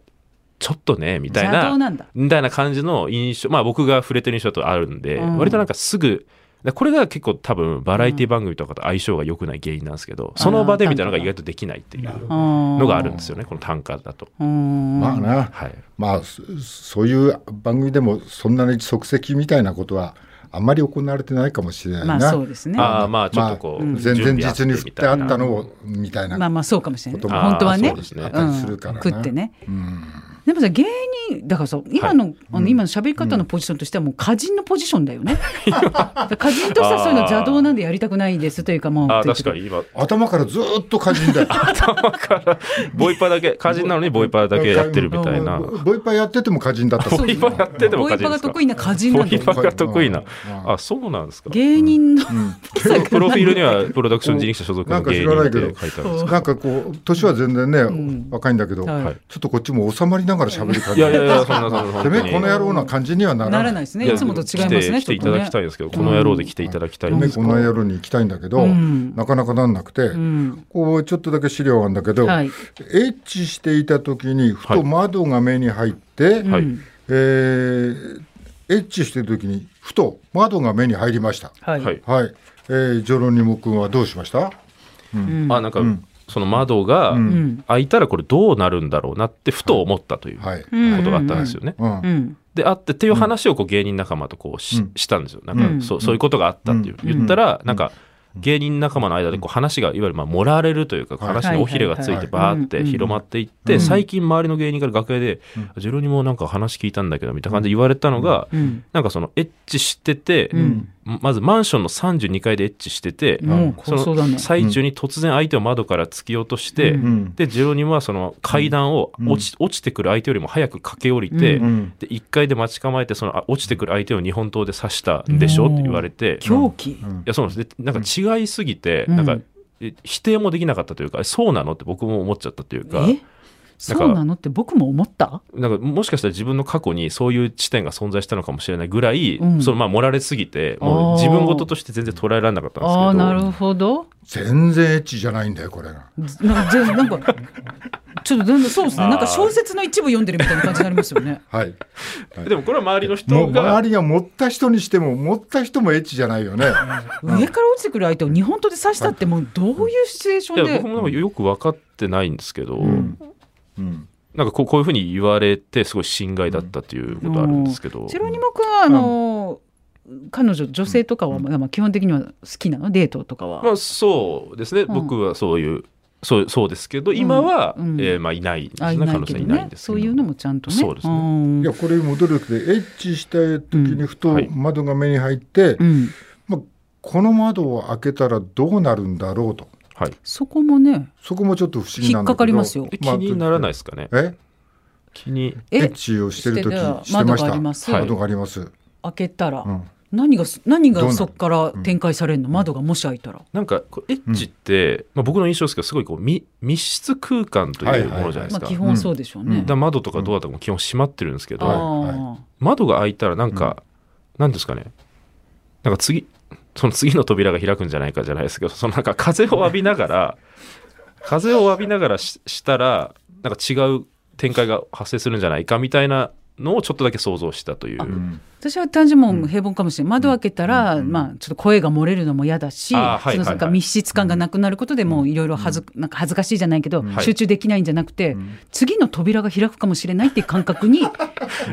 Speaker 2: ちょっとねみたい
Speaker 1: 邪道
Speaker 2: な
Speaker 1: なんだ
Speaker 2: みたいな感じの印象まあ僕が触れてる印象だとあるんで、
Speaker 1: うん
Speaker 2: 割となんかすぐだこれが結構多分バラエティ番組とかと相性が良くない原因なんですけどその場でみたいなのが意外とできないっていうの
Speaker 1: の
Speaker 2: があるんですよねこの短歌だと。
Speaker 3: まあな
Speaker 2: はい
Speaker 3: まあそそういう番組でもそんなに即席みたいなことはあんまり行われてないかもしれないな、
Speaker 1: まあそうですね
Speaker 2: ああまあちょっとこう、
Speaker 1: まあ
Speaker 3: 前々日に振ってあった
Speaker 2: の
Speaker 3: のをみたいな
Speaker 1: まあまあそうかもしれない
Speaker 3: ことも
Speaker 1: 本当はね
Speaker 2: あーそうですね
Speaker 3: あった
Speaker 1: う
Speaker 3: り
Speaker 1: ん
Speaker 3: するからな
Speaker 1: 食ってね
Speaker 3: うん
Speaker 1: でもさ芸人だからさ今の,、あの今の喋り方のポジションとしてはもう歌人のポジションだ よね歌人としてはそういうの邪道なんでやりたくないですというかもう
Speaker 2: ああ
Speaker 1: という
Speaker 2: 確かに今
Speaker 3: 頭からずーっと 歌人だよ
Speaker 2: ボイパだけ歌人なのにボイパだけやってるみたい な
Speaker 3: ボボイパやってても歌人だった
Speaker 1: そ
Speaker 2: ボ
Speaker 1: う
Speaker 2: イパやってても
Speaker 1: ボイ
Speaker 2: 歌人
Speaker 1: パ
Speaker 2: で
Speaker 1: が
Speaker 2: すか
Speaker 1: 得意な歌人な
Speaker 2: ボ
Speaker 1: んだ
Speaker 2: イ
Speaker 1: よ
Speaker 2: パが得意な
Speaker 3: うん
Speaker 2: あそうなんですか
Speaker 1: 芸人の、
Speaker 2: プロプロフィールにはプロダクション人力車所属の芸人って書いてあるんです
Speaker 3: うんなんかこう年は全然ね、
Speaker 1: ん
Speaker 3: 若いんだけど、
Speaker 1: はい
Speaker 2: はい
Speaker 3: ちょっとこっちも収まりながら喋る感
Speaker 2: い
Speaker 3: じ
Speaker 2: やいやいやそんなそんなそんな
Speaker 3: てめえ
Speaker 2: 本当に
Speaker 3: この野郎な感じにはなら
Speaker 1: な
Speaker 3: ない
Speaker 1: らないですね
Speaker 2: や
Speaker 1: いつもと違いますね
Speaker 2: 来て来てい
Speaker 1: ちょ
Speaker 2: た
Speaker 1: っとね
Speaker 2: だきたいんですけどこの野郎で来ていただきたい
Speaker 3: て
Speaker 2: んで
Speaker 3: めえ
Speaker 2: す
Speaker 3: この野郎に行きたいんだけど、
Speaker 1: うん
Speaker 3: なかなかなんなくて、
Speaker 1: うん
Speaker 3: こうちょっとだけ資料があるんだけど、
Speaker 1: はい
Speaker 3: エッチしていた時にふと窓が目に入って、
Speaker 2: は
Speaker 1: う
Speaker 2: い
Speaker 1: ん
Speaker 3: えーエッチしてる時にふと窓が目に入りました。
Speaker 1: はい
Speaker 2: はい
Speaker 3: はい、えー、ジョロニモ君はどうしました？
Speaker 2: あなんかその窓が開いたらこれどうなるんだろうなってふと思ったというこ
Speaker 3: はい。
Speaker 1: うん
Speaker 2: とがあったんですよね
Speaker 3: う。
Speaker 1: うんん
Speaker 2: であってっていう話をこう芸人仲間とこうし,、
Speaker 3: うん
Speaker 2: たんですよな
Speaker 1: うんん
Speaker 2: かそうそういうことがあったっていう、
Speaker 1: ん
Speaker 2: 言ったらなんか芸人仲間の間でこう話がいわゆるまあ盛られるというか
Speaker 3: はい
Speaker 2: 話に尾ひれがつい
Speaker 3: は
Speaker 2: て
Speaker 3: い
Speaker 2: バーっ
Speaker 1: う
Speaker 2: て
Speaker 1: ん
Speaker 2: 広まっていって最近周りの芸人から楽屋で「ジェロにもなんか話聞いたんだけど」みたいな感じで言われたのが
Speaker 1: うん
Speaker 2: なんかそのエッチしてて
Speaker 1: うん
Speaker 2: まずマンションの32階でエッチしてて
Speaker 1: もう
Speaker 2: そ
Speaker 1: 構想だね
Speaker 2: の最中に突然相手を窓から突き落として
Speaker 1: うん
Speaker 3: うん。
Speaker 2: でジェロニモはその階段を落ち,、落ちてくる相手よりも早く駆け下りて、
Speaker 1: うん
Speaker 2: で1階で待ち構えてそのあ落ちてくる相手を日本刀で刺したんでしょって言われて、い
Speaker 1: 狂気
Speaker 2: やそうなんですでなんか違いすぎて、
Speaker 1: うん
Speaker 2: なんかえ否定もできなかったというかそうなのって僕も思っちゃったというか
Speaker 1: えそうなのって僕も思った
Speaker 2: なんかもしかしたら自分の過去にそういう地点が存在したのかもしれないぐらい、
Speaker 1: うん
Speaker 2: そのまあ盛られすぎてもう自分事として全然捉えられなかったんですけど
Speaker 1: ああーなるほど
Speaker 3: 全然エッチじゃないんだよこれが。
Speaker 1: なんかぜなんかちちょっとどんどんそうですねなんか小説の一部読んでるみたいな感じになりますよ ね
Speaker 3: はい、はい
Speaker 2: でもこれは周りの
Speaker 3: もう
Speaker 2: 人が
Speaker 3: 周りが持った人にしても持った人もエッチじゃないよね
Speaker 1: 上から落ちてくる相手を日本刀で刺したってもうどういうシチュエーシ
Speaker 2: い
Speaker 1: ョン
Speaker 2: や
Speaker 1: で
Speaker 2: 僕もなんかよく分かってないんですけど、
Speaker 3: うん、うん、
Speaker 2: なんかこうこういうふうに言われてすごい侵害だったっていうことあるんですけど、
Speaker 1: チェロニモ君はあの、彼女女性とかは、まあまあ基本的には好きなのデートとかは、
Speaker 2: まあそうですね、
Speaker 1: ん
Speaker 2: 僕はそういうそうそうですけど今は、
Speaker 1: うん
Speaker 2: えーまあ、いないんです
Speaker 1: あい
Speaker 2: ね
Speaker 1: な
Speaker 2: 可
Speaker 1: い
Speaker 2: 能
Speaker 1: け
Speaker 2: 性
Speaker 1: ど
Speaker 2: いない
Speaker 1: ね
Speaker 2: んですけ
Speaker 1: そ
Speaker 2: ど
Speaker 1: ういうのもちゃんとね
Speaker 2: そうですね
Speaker 1: ん
Speaker 3: いやこれに戻るけどエッチした時にふと窓が目に入って、
Speaker 1: うん、
Speaker 3: まあ、この窓を開けたらどうなるんだろうと
Speaker 2: はい
Speaker 1: そこもね
Speaker 3: そこもちょっと不思議なん
Speaker 1: 引っ
Speaker 3: だけど
Speaker 1: かかりますよ
Speaker 2: え気にならない
Speaker 3: い
Speaker 2: ですかね
Speaker 3: え
Speaker 2: 気に
Speaker 3: エ
Speaker 1: え
Speaker 3: ッチをしてる時
Speaker 1: して
Speaker 3: してまし
Speaker 1: 窓が
Speaker 3: た
Speaker 1: あります
Speaker 2: はい
Speaker 3: 窓があります、
Speaker 1: 開けたら、
Speaker 3: うん
Speaker 1: 何が何
Speaker 3: どうな
Speaker 1: が
Speaker 3: る
Speaker 1: そこから展開されるの、窓がもし開いたら、
Speaker 2: なんかこうエッチって、まあ、僕の印象ですけどすごいこう密密室空間というものじゃないで
Speaker 1: ますあ
Speaker 2: か。
Speaker 1: 基本そうでしょうね、
Speaker 3: うん
Speaker 2: だから窓とかドアとかも基本閉まってるんですけど、
Speaker 1: あ
Speaker 3: はい
Speaker 1: あ、
Speaker 2: 窓が開いたらなんか、なんですかねなんか次その次の扉が開くんじゃないかじゃないですけどそのなんか風を浴びながら風を浴びながらししたらなんか違う展開が発生するんじゃないかみたいなのをちょっとだけ想像したという。
Speaker 3: うん
Speaker 1: 私は単純にもう平凡かもしれない、窓開けたら、まあ、ちょっと声が漏れるのも嫌だし、
Speaker 2: あーはい
Speaker 1: そのなんか
Speaker 2: はいはい
Speaker 1: 密室感がなくなることでもういろいろ恥ずなんか恥ずかしいじゃないけど、
Speaker 2: はい
Speaker 1: 集中できないんじゃなくて、次の扉が開くかもしれないっていう感覚に
Speaker 2: い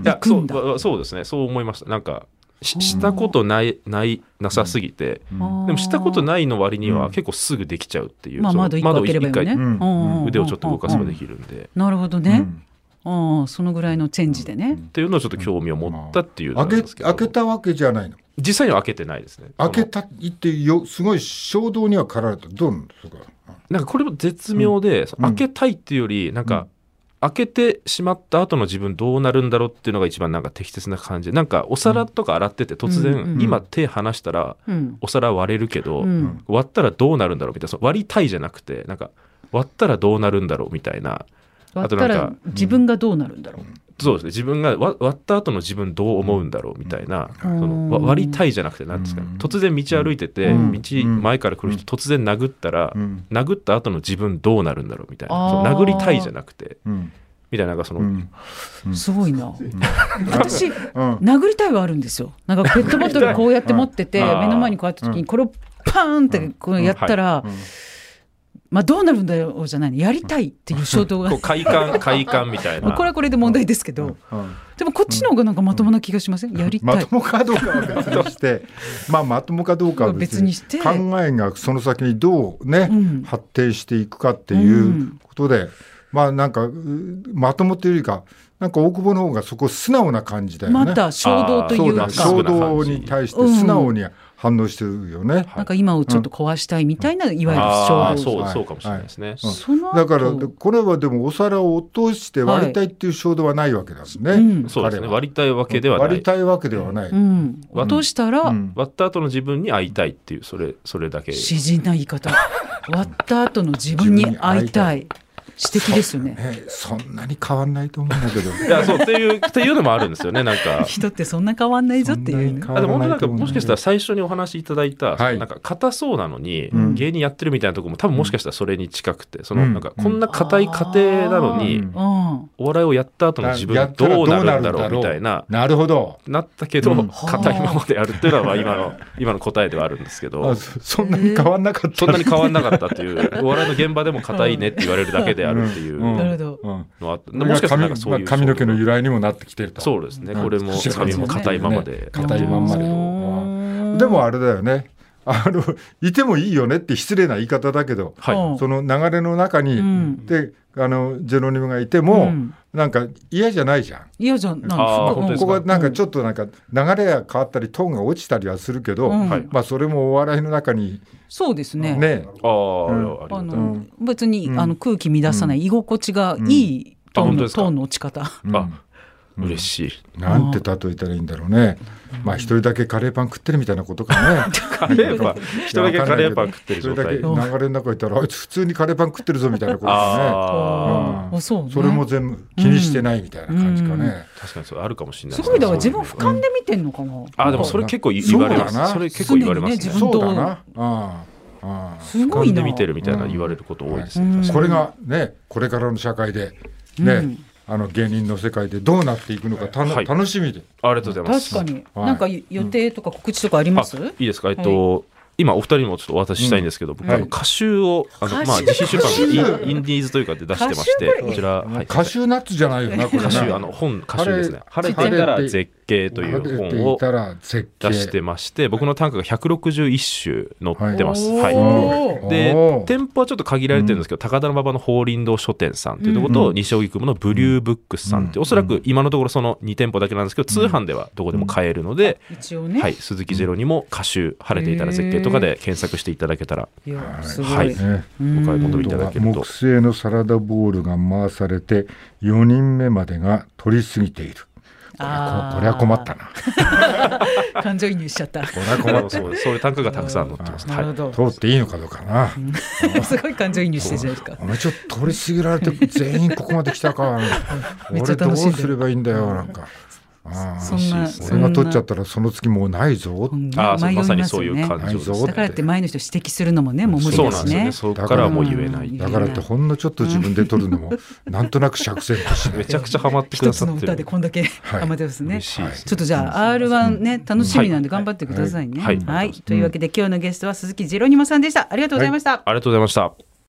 Speaker 2: や
Speaker 1: 行く
Speaker 2: そうん
Speaker 1: だ。
Speaker 2: わそうですねそう思いましたなんかししたことないないなさすぎて、でもしたこと
Speaker 1: い
Speaker 2: ないの割に
Speaker 3: う
Speaker 2: は
Speaker 3: ん
Speaker 2: 結構すぐできちゃうっていう、
Speaker 1: まあ、
Speaker 2: その
Speaker 1: 窓一個開ければいいよね、
Speaker 2: 一
Speaker 3: うん
Speaker 2: 回腕をちょっと動かせばで
Speaker 1: る、
Speaker 2: きるんで、っ
Speaker 1: なるほど
Speaker 3: う
Speaker 1: ね、
Speaker 3: ん
Speaker 1: ああそのぐらいのチェンジでね、
Speaker 2: ていうのをちょっと興味を持ったっていうのな
Speaker 3: 開
Speaker 2: ん
Speaker 3: け
Speaker 2: ですけど
Speaker 3: 開けたわけじゃないの
Speaker 2: 実際には開けてないですね
Speaker 3: 開け
Speaker 2: その
Speaker 3: たってよすごい衝動には駆られたどうなんですか
Speaker 2: なんかこれも絶妙で、その
Speaker 3: うん
Speaker 2: 開けたいっていうよりなん
Speaker 3: う
Speaker 2: か、開けてしまった後の自分どうなるんだろうっていうのが一番なんか適切な感じでなんかお皿とか洗ってて突然、
Speaker 1: うん
Speaker 2: 今手離したら
Speaker 1: うん
Speaker 2: お皿割れるけど、
Speaker 1: うん
Speaker 2: 割ったらどうなるんだろうみたいなその割りたいじゃなくてなんか割ったらどうなるんだろうみたいな
Speaker 1: 割
Speaker 2: あ
Speaker 1: った
Speaker 2: となんから
Speaker 1: 自分がどうなるんだろう、
Speaker 2: そうですね自分が割割った後の自分どう思うんだろうみたいな、
Speaker 1: うん
Speaker 2: そのわ割りたいじゃなくて何ですかね、
Speaker 3: うん
Speaker 2: 突然道歩いてて、
Speaker 3: うん
Speaker 2: 道前から来る人突然殴ったら、
Speaker 3: うん
Speaker 2: 殴った後の自分どうなるんだろうみたい
Speaker 1: あ
Speaker 2: な
Speaker 1: ー
Speaker 2: その殴りたいじゃなくて
Speaker 3: うん
Speaker 2: みたいななんかその、
Speaker 3: うん
Speaker 1: すごいな。私
Speaker 3: うん
Speaker 1: 殴りたいはあるんですよ。なんかペットボトルこうやって持ってて、
Speaker 2: 殴りたい
Speaker 1: 目の前にこうやった時に、これをパーンってこうやったら、まあどうなるんだろうじゃないの、やりたいっていう衝動が
Speaker 2: こう。快感快感みたい
Speaker 1: ま
Speaker 2: な
Speaker 1: あ これはこれで問題ですけど、
Speaker 3: うん
Speaker 1: でもこっちの方がなんかまともな気がしません。やりた
Speaker 3: ま
Speaker 1: い
Speaker 3: と。もかどうかは別 にして、まあ、まともかどうかは別
Speaker 1: 別
Speaker 3: に
Speaker 1: にして
Speaker 3: 考えがその先にどうね、
Speaker 1: うん
Speaker 3: 発展していくかって
Speaker 1: う
Speaker 3: いうんことで、まあなんかうまともっていうよりかなんか大久保の方がそこ素直な感じだよね。
Speaker 1: また衝動とい
Speaker 3: そう
Speaker 1: う
Speaker 3: だ
Speaker 1: か
Speaker 2: あー。
Speaker 3: 衝動に対して素直に反応してるよね。
Speaker 1: なんか今をちょっと壊したいみたいな、いわゆる
Speaker 2: あー
Speaker 1: 衝動。
Speaker 2: そう
Speaker 3: はい
Speaker 2: そうかもしれないですね、
Speaker 3: うん
Speaker 1: その後
Speaker 3: だからこれはでもお皿を落として割りたいっていう衝動はないわけだすね、
Speaker 1: うん
Speaker 2: そうです
Speaker 3: 彼
Speaker 2: ね
Speaker 3: は
Speaker 2: 割りたいわけではな
Speaker 3: 割
Speaker 2: い
Speaker 3: りたいわけではない、
Speaker 1: うん、落としたら、
Speaker 3: うん
Speaker 2: 割った後の自分に会いたいっていうそれそれだけ
Speaker 1: 詩人な言い 方。割った後の自分に会いたい。指摘ですよね。
Speaker 3: ねそんなに変わんないと思うんだけど
Speaker 2: いやそうっていうっていうのもあるんですよねなんか
Speaker 1: 人ってそんな変わんないぞってい
Speaker 3: そん
Speaker 1: う
Speaker 3: なに。変
Speaker 2: あでも本当なんか
Speaker 3: 変わらないと思うんだけど
Speaker 2: もしかしたら最初にお話しいただいた、
Speaker 3: はい
Speaker 2: なんか硬そうなのに
Speaker 3: ん
Speaker 2: 芸人やってるみたいなところも多分もしかしたらそれに近くて、そうの
Speaker 3: ん
Speaker 2: なんかこんな硬い家庭なのに、
Speaker 3: うん
Speaker 1: うん。
Speaker 2: お笑いをやった後の自
Speaker 3: や
Speaker 2: 分
Speaker 3: ったら
Speaker 2: どうなるん
Speaker 3: ど
Speaker 2: だろ
Speaker 3: うなるんだ
Speaker 2: う
Speaker 3: ろう
Speaker 2: みたいな
Speaker 3: なるほど
Speaker 2: なったけど、
Speaker 3: うん
Speaker 2: 硬いままでやるっていうのは今の今の答えではあるんですけ
Speaker 3: あ
Speaker 2: ど
Speaker 3: そそんなに変わんなかった
Speaker 2: そんなに変わんなかったっていうお笑いの現場でも硬いねって言われるだけであるっていう
Speaker 3: うん
Speaker 1: な
Speaker 2: の
Speaker 1: るほど。
Speaker 3: うん
Speaker 2: はあった
Speaker 3: こ
Speaker 2: も
Speaker 3: れ
Speaker 2: しか
Speaker 3: が
Speaker 2: したらなん
Speaker 3: 髪
Speaker 2: かそういう
Speaker 3: 髪の毛の由来にもなってきてると
Speaker 2: そうですね
Speaker 3: うん
Speaker 2: これも
Speaker 3: そうですね
Speaker 2: 髪も硬いままで
Speaker 3: 硬いまんまで
Speaker 2: やってるんです
Speaker 3: でもあれだよねあのいてもいいよねって失礼な言い方だけど、
Speaker 2: けどはい、
Speaker 1: うん
Speaker 3: その流れの中に、
Speaker 1: うん
Speaker 3: であのジェロニムがいて
Speaker 1: う
Speaker 3: も、
Speaker 1: ん
Speaker 3: なんか嫌じゃないじゃん。
Speaker 1: 嫌じゃないです
Speaker 2: あー
Speaker 1: か。
Speaker 2: 本当です
Speaker 3: ここ
Speaker 2: か
Speaker 3: はなんかちょっとなんか流れが変わったりトーンが落ちたりはするけど、
Speaker 1: うん
Speaker 2: はい
Speaker 3: まあそれもお笑いの中に
Speaker 1: そうですね。
Speaker 3: ね、
Speaker 2: ああ、
Speaker 3: ん
Speaker 2: ありが
Speaker 1: あ
Speaker 2: とう
Speaker 1: の別にあの空気乱さない居心地がいいト
Speaker 2: あ
Speaker 1: ーン
Speaker 2: 本
Speaker 1: の
Speaker 2: 当ですか
Speaker 1: トーンの落ち方。
Speaker 3: うん
Speaker 2: あ嬉しい。
Speaker 3: なんて例えたらいいんだろうね。まあ一人だけカレーパン食ってるみたいなことか ね。
Speaker 2: カレーパン、人だけカレーパン食ってる
Speaker 3: そ
Speaker 2: 状
Speaker 3: れだけ
Speaker 2: 態
Speaker 3: 流。れの中にいたらあいつ普通にカレーパン食ってるぞみたいなことで
Speaker 2: ああ、
Speaker 1: あーそうね。
Speaker 3: すね。それも全部気にしてないみたいな感じか
Speaker 1: うんう
Speaker 3: ね。
Speaker 2: 確かにそれあるかもしれない
Speaker 1: す
Speaker 2: ですね。
Speaker 1: ごいだから自分を俯瞰で見てんのかな。
Speaker 2: あーでもそれ結構言われま
Speaker 3: そうだな
Speaker 2: す。それ結構言われます
Speaker 1: 常にね自。分
Speaker 2: ね
Speaker 3: そ
Speaker 1: と
Speaker 3: うだな。ああ
Speaker 1: すご
Speaker 2: 噛
Speaker 1: い
Speaker 2: んで
Speaker 1: な。
Speaker 2: 見てるみたいな言われること多いですね、
Speaker 1: うん
Speaker 2: 確か
Speaker 3: これがねこれからの社会で
Speaker 1: う
Speaker 3: ね、
Speaker 1: ん
Speaker 3: あの芸人の世界でどうなっていくのかたの、
Speaker 2: はい
Speaker 3: 楽しみで。
Speaker 2: にありがとうございます
Speaker 1: 確かに、
Speaker 3: はい
Speaker 1: なんか予定とか告知とかあります？
Speaker 2: あいいですか、えっと、今お二人にもちょっとお渡ししたいんですけど、僕、
Speaker 3: はい
Speaker 2: あの歌集をあの、
Speaker 1: 歌集
Speaker 2: まあ、自費出版
Speaker 3: 歌
Speaker 2: の
Speaker 3: 集
Speaker 2: インインディーズというかで出してまして
Speaker 1: 歌集これ
Speaker 2: こちら、はい、
Speaker 3: カシューナッツじゃないよなこれな
Speaker 2: 歌集あの本歌集ですね「晴れていたら絶景」という
Speaker 3: 晴れ
Speaker 2: 本
Speaker 3: てい
Speaker 2: を
Speaker 3: たら絶景
Speaker 2: 出してまして僕の単価が161首載ってます。
Speaker 1: はい
Speaker 2: はい
Speaker 1: おー
Speaker 2: で
Speaker 3: おー
Speaker 2: 店舗はちょっと限られてるんですけど、高田馬場の法輪堂書店さんというところと、
Speaker 3: うん
Speaker 2: 西荻窪のブリューブックスさんって、
Speaker 3: うん
Speaker 2: おそらく今のところその2店舗だけなんですけど、通販ではどこでも買えるので、
Speaker 1: 一応ね。
Speaker 2: はい、鈴木ジェロにも歌集「晴れていたら絶景」とかで検索していただけたら
Speaker 1: いやすごい。
Speaker 2: はい
Speaker 3: ね
Speaker 1: うん
Speaker 2: お買い求めいただける
Speaker 3: 木
Speaker 2: と
Speaker 3: 製のサラダボールが回されて4人目までが取り過ぎているこれ
Speaker 1: あー
Speaker 3: はここれは困った な
Speaker 1: 感情移入しちゃった。
Speaker 2: これは困 るそうそういう単価がたくさん載ってます、
Speaker 1: な
Speaker 2: はい
Speaker 1: るほ、ど。
Speaker 3: 通っていいのかどうかな
Speaker 1: すごい感情移入してるじゃないですか。
Speaker 3: お前ちょっと取り過ぎられて全員ここまで来たか
Speaker 1: めっちゃ
Speaker 3: 俺ど
Speaker 1: 楽
Speaker 3: う
Speaker 1: しんでる
Speaker 3: すればいいんだよなんかああ
Speaker 1: そんな
Speaker 2: 嬉しいですね
Speaker 1: そ
Speaker 3: 俺
Speaker 1: んな
Speaker 3: が取っちゃったらその月もうないぞ
Speaker 1: うん
Speaker 2: あーそう
Speaker 1: 迷い
Speaker 2: まさに
Speaker 1: ます
Speaker 2: そう
Speaker 1: よ
Speaker 2: いう
Speaker 1: ね。
Speaker 2: 感情です
Speaker 3: 迷います
Speaker 2: ね
Speaker 3: よね
Speaker 1: だからって前の人指摘するのもねもう無理
Speaker 2: そう
Speaker 1: で
Speaker 2: な
Speaker 1: す
Speaker 2: んですよね
Speaker 1: ね。
Speaker 2: そこからはもう言えない
Speaker 1: うん
Speaker 3: だからってほんのちょっと自分で取る のもなんとなく釈然としない
Speaker 2: めちゃくちゃハマってく
Speaker 1: 一
Speaker 2: だ
Speaker 1: つ
Speaker 2: さ
Speaker 1: の
Speaker 2: って
Speaker 1: 歌で
Speaker 2: る
Speaker 1: こんだけ
Speaker 3: い
Speaker 1: アマデウスね。
Speaker 2: 嬉
Speaker 1: ち
Speaker 2: しいです
Speaker 1: ょっとじゃあ R1 ね楽しみなんで頑張ってくださいね。
Speaker 2: はい
Speaker 1: はい。というわけで今日のゲストは鈴木ジェロニモさんでした。ありがとうございました。
Speaker 2: ありがとうございました